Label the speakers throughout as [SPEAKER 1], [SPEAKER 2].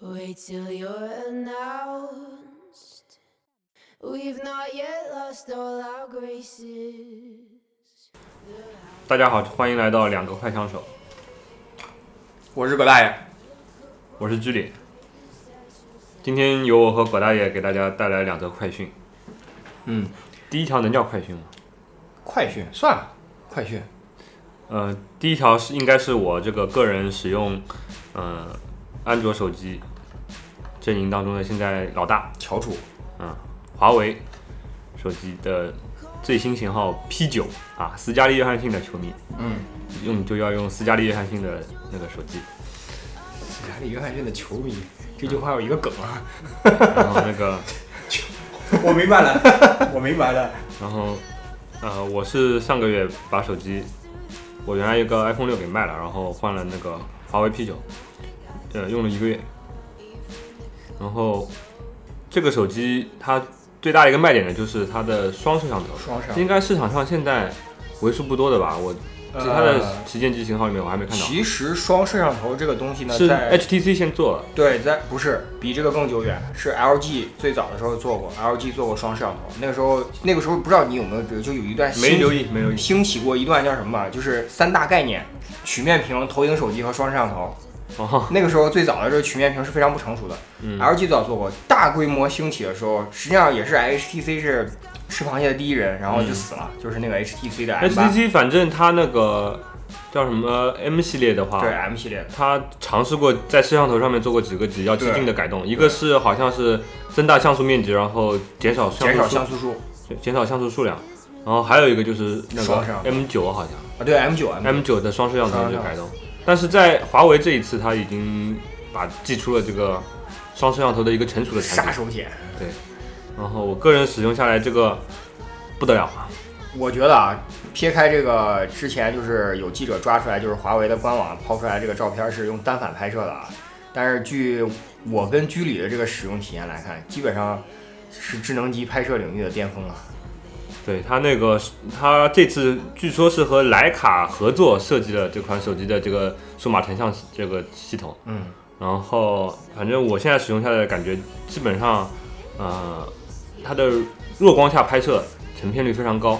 [SPEAKER 1] Wait till you're announced. We've not yet lost all our graces.
[SPEAKER 2] 大家好，欢迎来到两个快枪手，
[SPEAKER 3] 我是葛大爷，
[SPEAKER 2] 我是居里。今天由我和葛大爷给大家带来两则快讯。
[SPEAKER 3] 嗯，
[SPEAKER 2] 第一条能叫快讯吗？
[SPEAKER 3] 快讯算了，快讯，
[SPEAKER 2] 呃，第一条是应该是我这个个人使用，嗯、安卓手机阵营当中的现在老大，
[SPEAKER 3] 翘楚，
[SPEAKER 2] 嗯，华为手机的最新型号 P 9啊，斯嘉丽约翰逊的球迷
[SPEAKER 3] 嗯，
[SPEAKER 2] 用就要用斯嘉丽约翰逊的那个手机，
[SPEAKER 3] 斯嘉丽约翰逊的球迷，这句话有一个梗啊，
[SPEAKER 2] 然后那个。
[SPEAKER 3] 我明白了，我明白了，
[SPEAKER 2] 然后，呃，我是上个月把手机，我原来一个 iPhone 六给卖了，然后换了那个华为 P 9呃，用了一个月。然后，这个手机它最大的一个卖点呢，就是它的双摄像头，
[SPEAKER 3] 双闪，
[SPEAKER 2] 应该市场上现在为数不多的吧？我其他的旗舰机型号里面我还没看到，
[SPEAKER 3] 呃其实双摄像头这个东西呢，
[SPEAKER 2] 是
[SPEAKER 3] 在
[SPEAKER 2] HTC 先做了，
[SPEAKER 3] 对，在不是比这个更久远，是 LG 最早的时候做过，LG 做过双摄像头，那个时候那个时候不知道你有没有，就有一段
[SPEAKER 2] 没
[SPEAKER 3] 兴
[SPEAKER 2] 留意，没留意。
[SPEAKER 3] 兴起过一段叫什么吧，就是三大概念：曲面屏、投影手机和双摄像头。
[SPEAKER 2] 哦，
[SPEAKER 3] 那个时候最早的这个曲面屏是非常不成熟的、
[SPEAKER 2] 嗯
[SPEAKER 3] l g 最早做过，大规模兴起的时候，实际上也是 HTC 是吃螃蟹的第一人，然后
[SPEAKER 2] 嗯
[SPEAKER 3] 就死了，就是那个 HTC 的 M 八，
[SPEAKER 2] HTC 反正它那个叫什么 M 系列的话，
[SPEAKER 3] 对 M 系列的，
[SPEAKER 2] 他尝试过在摄像头上面做过几个比较激进的改动，一个是好像是增大像素面积，然后减少像
[SPEAKER 3] 减少
[SPEAKER 2] 素
[SPEAKER 3] 像素数
[SPEAKER 2] 数减少像素数量，然后还有一个就是那个
[SPEAKER 3] 双摄像
[SPEAKER 2] M 9好像
[SPEAKER 3] 啊，对 M 九 M
[SPEAKER 2] M 9的双摄像头的改动，但是在华为这一次，它已经把寄出了这个双摄像头的一个成熟的产
[SPEAKER 3] 杀
[SPEAKER 2] 品，
[SPEAKER 3] 手锏。
[SPEAKER 2] 然后我个人使用下来这个不得了啊，
[SPEAKER 3] 我觉得啊，撇开这个之前就是有记者抓出来，就是华为的官网抛出来这个照片是用单反拍摄的啊，但是据我跟居里的这个使用体验来看，基本上是智能机拍摄领域的巅峰了。
[SPEAKER 2] 对它那个是，它这次据说是和徕卡合作设计了这款手机的这个数码成像系这个系统。
[SPEAKER 3] 嗯，
[SPEAKER 2] 然后反正我现在使用下来的感觉，基本上，呃，它的弱光下拍摄成片率非常高，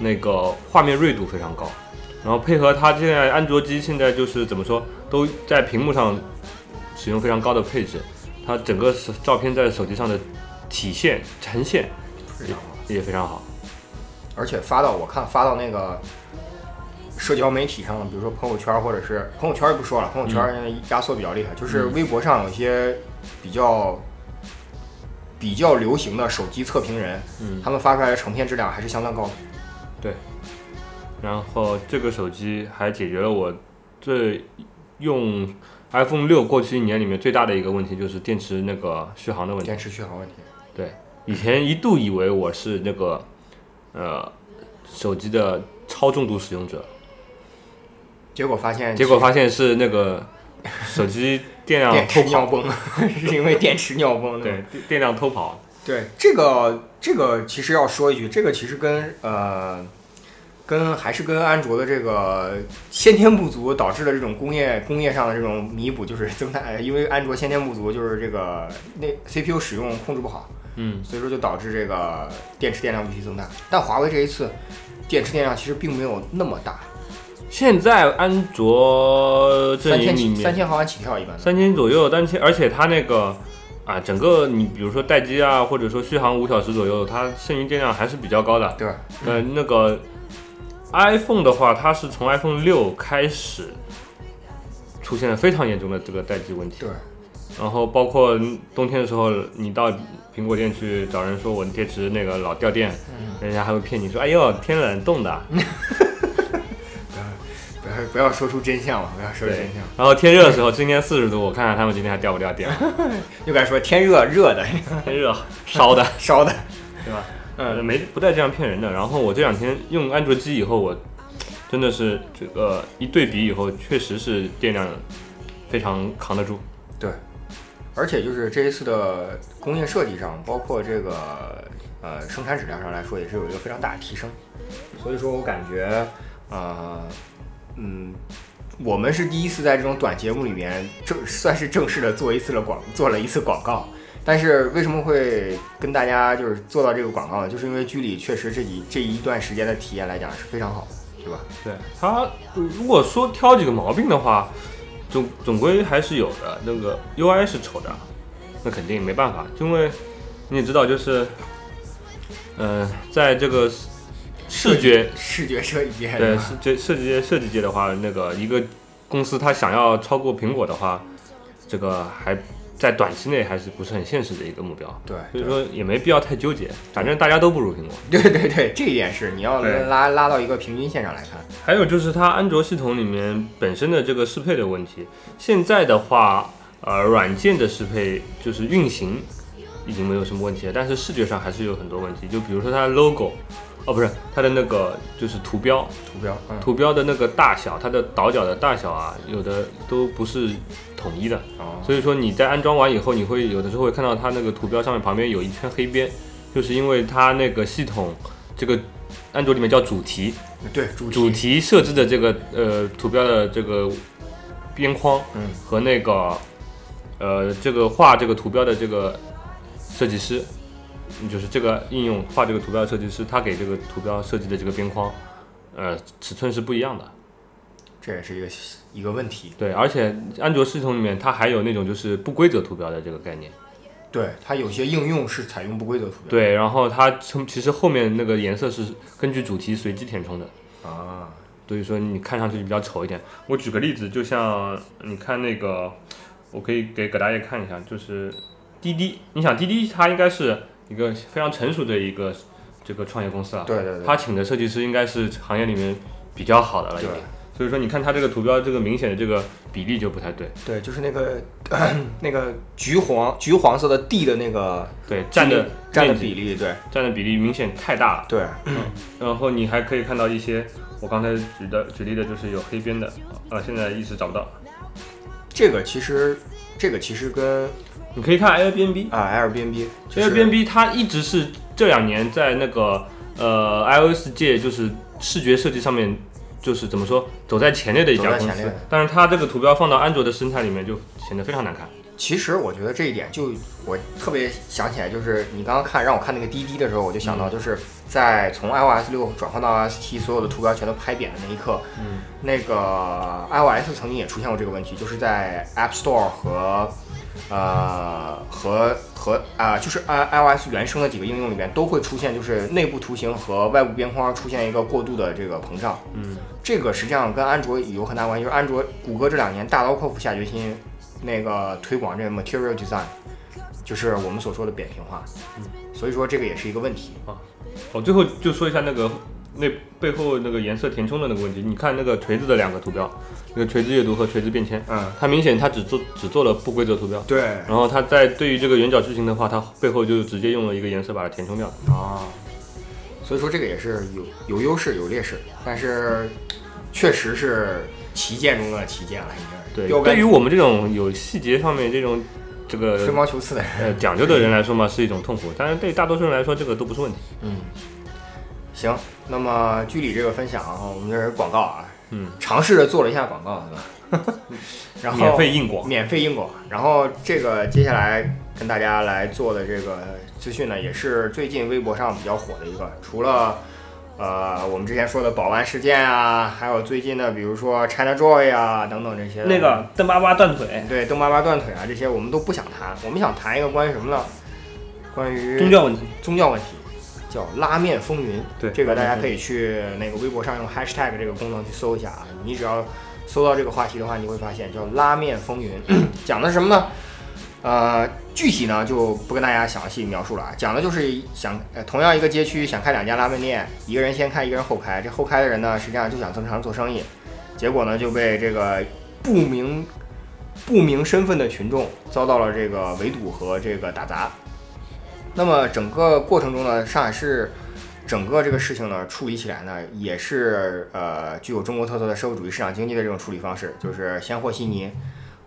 [SPEAKER 2] 那个画面锐度非常高，然后配合它现在安卓机现在就是怎么说，都在屏幕上使用非常高的配置，它整个手照片在手机上的体现呈现
[SPEAKER 3] 非常好。
[SPEAKER 2] 也非常好。
[SPEAKER 3] 而且发到我看发到那个社交媒体上，比如说朋友圈，或者是朋友圈不说了，朋友圈因为压缩比较厉害，就是微博上有一些比较比较流行的手机测评人，
[SPEAKER 2] 嗯
[SPEAKER 3] 他们发出来的成片质量还是相当高的。
[SPEAKER 2] 然后这个手机还解决了我最用 iPhone 六过去一年里面最大的一个问题，就是电池那个续航的问题。
[SPEAKER 3] 电池续航问题，
[SPEAKER 2] 以前一度以为我是那个呃手机的超重度使用者，
[SPEAKER 3] 结果发现
[SPEAKER 2] 结果发现是那 个手机电量
[SPEAKER 3] 电
[SPEAKER 2] 偷
[SPEAKER 3] 池
[SPEAKER 2] 跑，
[SPEAKER 3] 尿崩， 是因为电池尿崩的。
[SPEAKER 2] 对电电量偷跑，
[SPEAKER 3] 对，这个这个其实要说一句，这个其实跟呃，跟还是跟安卓的这个先天不足导致的这种工业工业上的这种弥补，就是 增大，因为安卓先天不足就是这个那 CPU 使用控制不好，
[SPEAKER 2] 嗯，
[SPEAKER 3] 所以说就导致这个电池电量问题增大。但华为这一次电池电量其实并没有那么大，
[SPEAKER 2] 现在安卓
[SPEAKER 3] 三
[SPEAKER 2] 阵营
[SPEAKER 3] 千
[SPEAKER 2] 里
[SPEAKER 3] 起
[SPEAKER 2] 面
[SPEAKER 3] 三千毫安起跳一般的。
[SPEAKER 2] 三千左右，但且而且它那个啊，整个你比如说待机啊，或者说续航五小时左右，它剩余电量还是比较高的。
[SPEAKER 3] 对，
[SPEAKER 2] 呃，那个 iPhone 的话，它是从 iPhone 六开始出现了非常严重的这个待机问题
[SPEAKER 3] 对。
[SPEAKER 2] 然后包括冬天的时候，你到苹果店去找人说我的电池那个老掉电，人家还会骗你说，哎呦天冷冻的，
[SPEAKER 3] 不要不要说出真相了，不要说出真相，
[SPEAKER 2] 然后天热的时候，今天四十度，我看看他们今天还掉不掉电，
[SPEAKER 3] 又该说天热热的
[SPEAKER 2] 天热烧的。
[SPEAKER 3] 烧的，
[SPEAKER 2] 对吧？
[SPEAKER 3] 嗯
[SPEAKER 2] 呃，没不带这样骗人的。然后我这两天用安卓机以后，我真的是这个一对比以后，确实是电量非常扛得住。
[SPEAKER 3] 而且就是这一次的工业设计上，包括这个呃生产质量上来说，也是有一个非常大的提升。所以说我感觉，呃，嗯，我们是第一次在这种短节目里面正算是正式的做一次了广做了一次广告，但是为什么会跟大家就是做到这个广告呢？就是因为剧里确实这几这一段时间的体验来讲是非常好的，对吧？
[SPEAKER 2] 对他，如果说挑几个毛病的话，总总归还是有的。那个 UI 是丑的，那肯定没办法，因为你也知道，就是，呃，在这个视视觉
[SPEAKER 3] 视觉设计还
[SPEAKER 2] 对
[SPEAKER 3] 是
[SPEAKER 2] 视觉设计界设计界的话，那个一个公司它想要超过苹果的话，这个还在短期内还是不是很现实的一个目标。
[SPEAKER 3] 对，
[SPEAKER 2] 所以说也没必要太纠结，反正大家都不如苹果。
[SPEAKER 3] 对对对对，这一点是你要
[SPEAKER 2] 对
[SPEAKER 3] 拉拉到一个平均线上来看，
[SPEAKER 2] 还有就是它安卓系统里面本身的这个适配的问题，现在的话，呃，软件的适配就是运行已经没有什么问题了，但是视觉上还是有很多问题，就比如说它的 logo，哦，不是它的那个就是图标，
[SPEAKER 3] 图标，嗯，
[SPEAKER 2] 图标的那个大小，它的倒角的大小啊，有的都不是统一的，
[SPEAKER 3] 哦，
[SPEAKER 2] 所以说你在安装完以后，你会有的时候会看到它那个图标上面旁边有一圈黑边，就是因为它那个系统这个安卓里面叫主题。
[SPEAKER 3] 对主
[SPEAKER 2] 主
[SPEAKER 3] 主
[SPEAKER 2] 题设置的这个呃图标的这个边框
[SPEAKER 3] 嗯
[SPEAKER 2] 和那个呃这个画这个图标的这个设计师，嗯就是这个应用画这个图标的设计师，他给这个图标设计的这个边框，呃尺寸是不一样的。
[SPEAKER 3] 这也是一个一个问题，
[SPEAKER 2] 对，而且安卓系统里面它还有那种就是不规则图标的这个概念。
[SPEAKER 3] 对它有些应用是采用不规则图标，
[SPEAKER 2] 对，然后它从其实后面那个颜色是根据主题随机填充的。
[SPEAKER 3] 啊，
[SPEAKER 2] 所以说你看上去比较丑一点。我举个例子，就像你看那个，我可以给葛大爷看一下，就是滴滴。你想滴滴它应该是一个非常成熟的一个这个创业公司啊，
[SPEAKER 3] 对对对
[SPEAKER 2] 它请的设计师应该是行业里面比较好的了，已
[SPEAKER 3] 对
[SPEAKER 2] 经。所以说你看它这个图标这个明显的这个比例就不太对，
[SPEAKER 3] 对，就是那个 那个橘黄橘黄色的 D 的那个
[SPEAKER 2] 对占的
[SPEAKER 3] 占的
[SPEAKER 2] 面积
[SPEAKER 3] 比例，对
[SPEAKER 2] 占的比例明显太大了。
[SPEAKER 3] 对
[SPEAKER 2] 然后你还可以看到一些我刚才举的举例的就是有黑边的，啊，现在一时找不到。
[SPEAKER 3] 这个其实这个其实跟
[SPEAKER 2] 你可以看 Airbnb，
[SPEAKER 3] 啊 Airbnb 就是
[SPEAKER 2] Airbnb 它一直是这两年在那个呃 iOS 界就是视觉设计上面就是怎么说走在前列的一家
[SPEAKER 3] 走
[SPEAKER 2] 公
[SPEAKER 3] 在前
[SPEAKER 2] 司
[SPEAKER 3] 列，
[SPEAKER 2] 但是它这个图标放到安卓的生态里面就显得非常难看。
[SPEAKER 3] 其实我觉得这一点就我特别想起来，就是你刚刚看让我看那个滴滴的时候，我就
[SPEAKER 2] 嗯
[SPEAKER 3] 想到就是在从 iOS 六转换到 iOS 七，所有的图标全都拍扁的那一刻，
[SPEAKER 2] 嗯，
[SPEAKER 3] 那个 iOS 曾经也出现过这个问题，就是在 App Store 和呃和和啊、就是 i iOS 原生的几个应用里面都会出现，就是内部图形和外部边框出现一个过度的这个膨胀。
[SPEAKER 2] 嗯，
[SPEAKER 3] 这个实际上跟安卓有很大关系，就是安卓谷歌这两年大刀阔斧下决心那个推广这个 Material Design，就是我们所说的扁平化。
[SPEAKER 2] 嗯
[SPEAKER 3] 所以说这个也是一个问题。
[SPEAKER 2] 我哦最后就说一下那个那背后那个颜色填充的那个问题。你看那个锤子的两个图标，那个锤子阅读和锤子便签，
[SPEAKER 3] 嗯，
[SPEAKER 2] 它明显它只做只做了不规则图标。
[SPEAKER 3] 对
[SPEAKER 2] 然后它在对于这个圆角矩形的话，它背后就直接用了一个颜色把它填充掉了。
[SPEAKER 3] 啊，所以说这个也是有有优势有劣势，但是确实是旗舰中的旗舰了，已经
[SPEAKER 2] 对
[SPEAKER 3] 是标，杆
[SPEAKER 2] 对于我们这种有细节方面这种这个
[SPEAKER 3] 吹毛求疵的人。
[SPEAKER 2] 呃，讲究的人来说嘛，是一种痛苦，但是对大多数人来说，这个都不是问题。
[SPEAKER 3] 嗯，行，那么剧里这个分享啊，我们这是广告啊，
[SPEAKER 2] 嗯，
[SPEAKER 3] 尝试着做了一下广告，对吧？ 然后
[SPEAKER 2] 免费硬广，
[SPEAKER 3] 免费因果。然后这个接下来跟大家来做的这个资讯呢，也是最近微博上比较火的一个，除了。呃，我们之前说的保安事件啊，还有最近的，比如说 China Joy 啊等等这些，
[SPEAKER 4] 那个邓巴巴断腿，
[SPEAKER 3] 对邓巴巴断腿啊这些，我们都不想谈。我们想谈一个关于什么呢？关于
[SPEAKER 4] 宗教问题。
[SPEAKER 3] 宗教问题，叫拉面风云。
[SPEAKER 2] 对
[SPEAKER 3] 这个大家可以去那个微博上用 hashtag 这个功能去搜一下啊。你只要搜到这个话题的话，你会发现叫拉面风云，讲的是什么呢？呃，具体呢就不跟大家详细描述了啊，讲的就是想呃同样一个街区想开两家拉面店，一个人先开，一个人后开。这后开的人呢，实际上就想正常做生意，结果呢就被这个不明不明身份的群众遭到了这个围堵和这个打砸。那么整个过程中呢，上海市整个这个事情呢处理起来呢，也是呃具有中国特色的社会主义市场经济的这种处理方式，就是先和稀泥，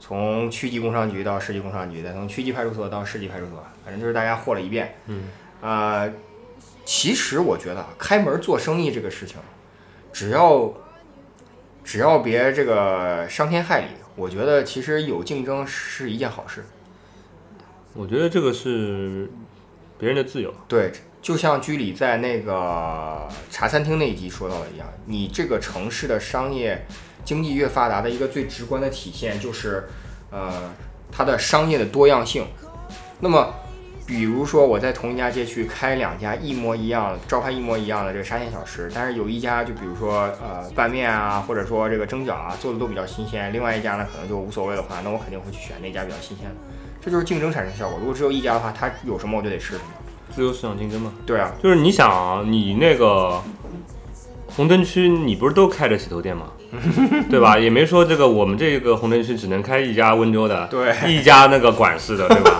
[SPEAKER 3] 从区级工商局到市级工商局，再从区级派出所到市级派出所，反正就是大家和了一遍。
[SPEAKER 2] 嗯，
[SPEAKER 3] 呃，其实我觉得啊，开门做生意这个事情，只要只要别这个伤天害理，我觉得其实有竞争是一件好事。
[SPEAKER 2] 我觉得这个是别人的自由，
[SPEAKER 3] 对，就像居里在那个茶餐厅那一集说到的一样，你这个城市的商业经济越发达的一个最直观的体现就是，呃，它的商业的多样性。那么，比如说我在同一家街区开两家一模一样、招牌一模一样的这个沙县小吃，但是有一家就比如说呃拌面啊，或者说这个蒸饺啊做的都比较新鲜，另外一家呢可能就无所谓的话，那我肯定会去选那家比较新鲜的。这就是竞争产生效果。如果只有一家的话，它有什么我就得吃什么。
[SPEAKER 2] 自由市场竞争嘛。
[SPEAKER 3] 对啊，
[SPEAKER 2] 就是你想啊，你那个红灯区，你不是都开着洗头店吗？对吧？也没说这个我们这个红灯区只能开一家温州的，
[SPEAKER 3] 对
[SPEAKER 2] 一家那个管式的，对吧？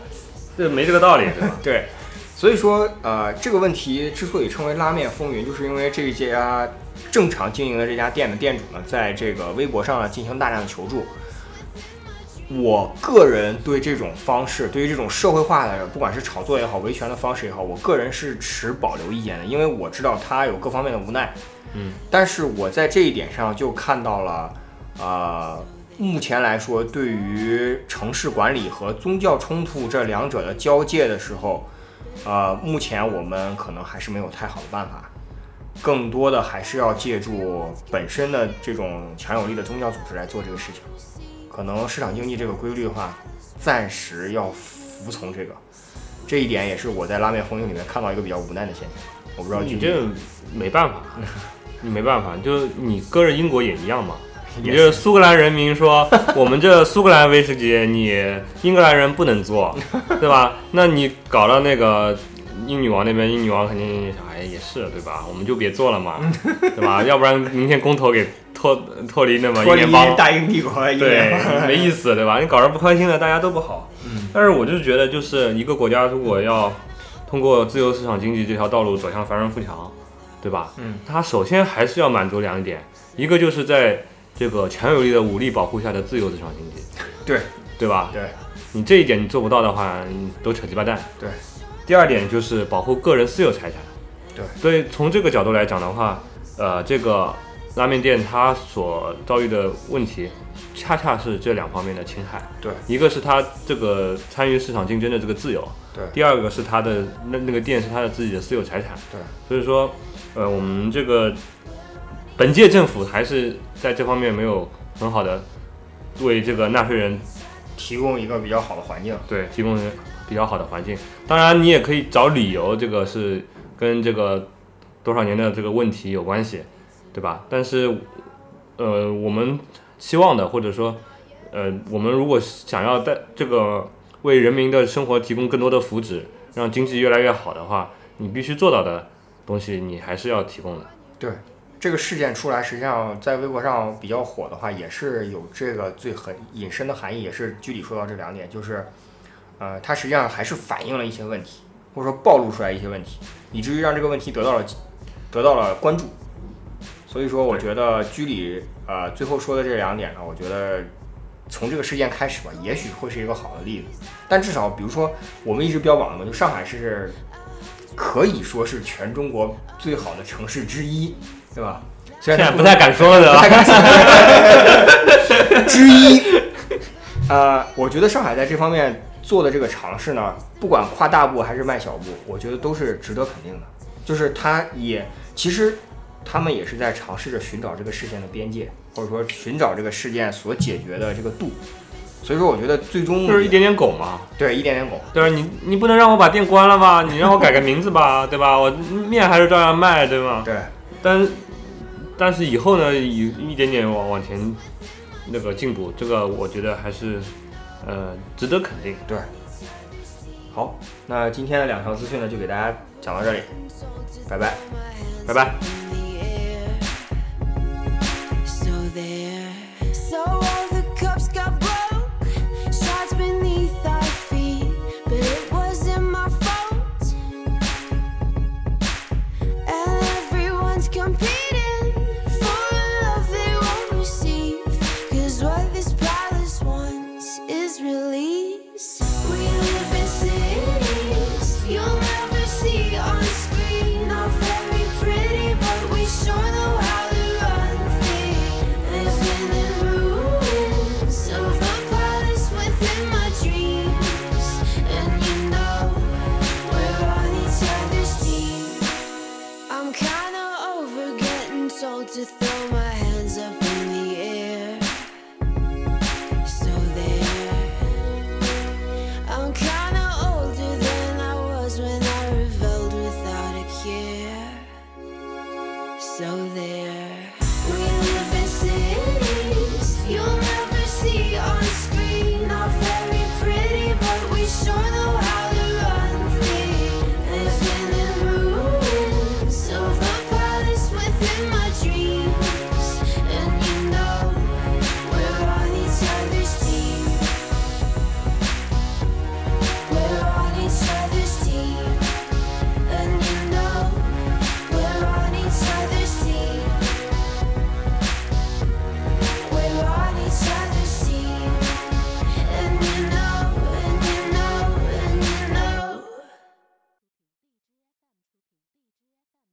[SPEAKER 2] 这没这个道理，对吧？
[SPEAKER 3] 对，所以说呃，这个问题之所以称为拉面风云，就是因为这家正常经营的这家店的店主呢，在这个微博上呢进行大量的求助。我个人对这种方式，对于这种社会化的，不管是炒作也好，维权的方式也好，我个人是持保留意见的，因为我知道他有各方面的无奈。
[SPEAKER 2] 嗯，
[SPEAKER 3] 但是我在这一点上就看到了，呃，目前来说，对于城市管理和宗教冲突这两者的交界的时候，呃，目前我们可能还是没有太好的办法，更多的还是要借助本身的这种强有力的宗教组织来做这个事情。可能市场经济这个规律的话，暂时要服从这个，这一点也是我在拉面风云里面看到一个比较无奈的现象。我不知道
[SPEAKER 2] 嗯你
[SPEAKER 3] 具体
[SPEAKER 2] 这没办 法，你没办法，就你搁着英国也一样 嘛。你
[SPEAKER 3] 也
[SPEAKER 2] 这苏格兰人民 说，我们这苏格兰威士忌，你英格兰人不能 做，对吧？那你搞到那个英女王那边，英女王肯定想，哎，也是，对吧？我们就别做了 嘛，对吧？要不然明天公投给脱脱离那么一
[SPEAKER 3] 脱离
[SPEAKER 2] 联邦，
[SPEAKER 3] 大英帝国一
[SPEAKER 2] 对
[SPEAKER 3] 年，
[SPEAKER 2] 没意思，对吧？你搞人不开心了，大家都不好。
[SPEAKER 3] 嗯，
[SPEAKER 2] 但是我就是觉得，就是一个国家如果要通过自由市场经济这条道路走向繁荣富强，对吧？
[SPEAKER 3] 嗯，
[SPEAKER 2] 它首先还是要满足两点，一个就是在这个强有力的武力保护下的自由市场经济，
[SPEAKER 3] 对
[SPEAKER 2] 对吧？
[SPEAKER 3] 对
[SPEAKER 2] 你这一点你做不到的话，你都扯鸡巴蛋。
[SPEAKER 3] 对，
[SPEAKER 2] 第二点就是保护个人私有财产。
[SPEAKER 3] 对，
[SPEAKER 2] 所以从这个角度来讲的话，呃，这个拉面店它所遭遇的问题，恰恰是这两方面的侵害。
[SPEAKER 3] 对，
[SPEAKER 2] 一个是它这个参与市场竞争的这个自由，
[SPEAKER 3] 对
[SPEAKER 2] 第二个是它的那那个店是它的自己的私有财产。
[SPEAKER 3] 对，
[SPEAKER 2] 所以说，呃，我们这个本届政府还是在这方面没有很好的为这个纳税人
[SPEAKER 3] 提供一个比较好的环境。
[SPEAKER 2] 对，提供比较好的环境。当然，你也可以找理由，这个是跟这个多少年的这个问题有关系，对吧？但是，呃，我们期望的，或者说，呃，我们如果想要在这个为人民的生活提供更多的福祉，让经济越来越好的话，你必须做到的东西，你还是要提供的。
[SPEAKER 3] 对，这个事件出来，实际上在微博上比较火的话，也是有这个最很引申的含义，也是具体说到这两点，就是，呃，它实际上还是反映了一些问题，或者说暴露出来一些问题，以至于让这个问题得到了得到了关注。所以说，我觉得居里呃最后说的这两点呢，我觉得从这个事件开始吧，也许会是一个好的例子。但至少，比如说我们一直标榜的嘛，就上海是可以说是全中国最好的城市之一，对吧？虽
[SPEAKER 2] 现在
[SPEAKER 3] 然它
[SPEAKER 2] 不太敢说了，对
[SPEAKER 3] 不
[SPEAKER 2] 吧
[SPEAKER 3] 太？敢说之一。 呃，我觉得上海在这方面做的这个尝试呢，不管跨大步还是迈小步，我觉得都是值得肯定的。就是它也其实他们也是在尝试着寻找这个事件的边界，或者说寻找这个事件所解决的这个度。所以说，我觉得最终
[SPEAKER 2] 就是一点点拱嘛。
[SPEAKER 3] 对一点点拱，
[SPEAKER 2] 对吧？你你不能让我把店关了吧？你让我改个名字吧，对吧？我面还是照样卖，对吗？
[SPEAKER 3] 对
[SPEAKER 2] 但但是以后呢，一一点点往往前那个进步，这个我觉得还是呃值得肯定。
[SPEAKER 3] 对。
[SPEAKER 2] 嗯
[SPEAKER 3] 好，那今天的两条资讯呢，就给大家讲到这里，拜拜。
[SPEAKER 2] 拜拜。
[SPEAKER 1] So there. So all the cups got broke, shards beneath our feet. But it wasn't my fault. And everyone's competing for a love they won't receive. Cause what this palace wants is release. We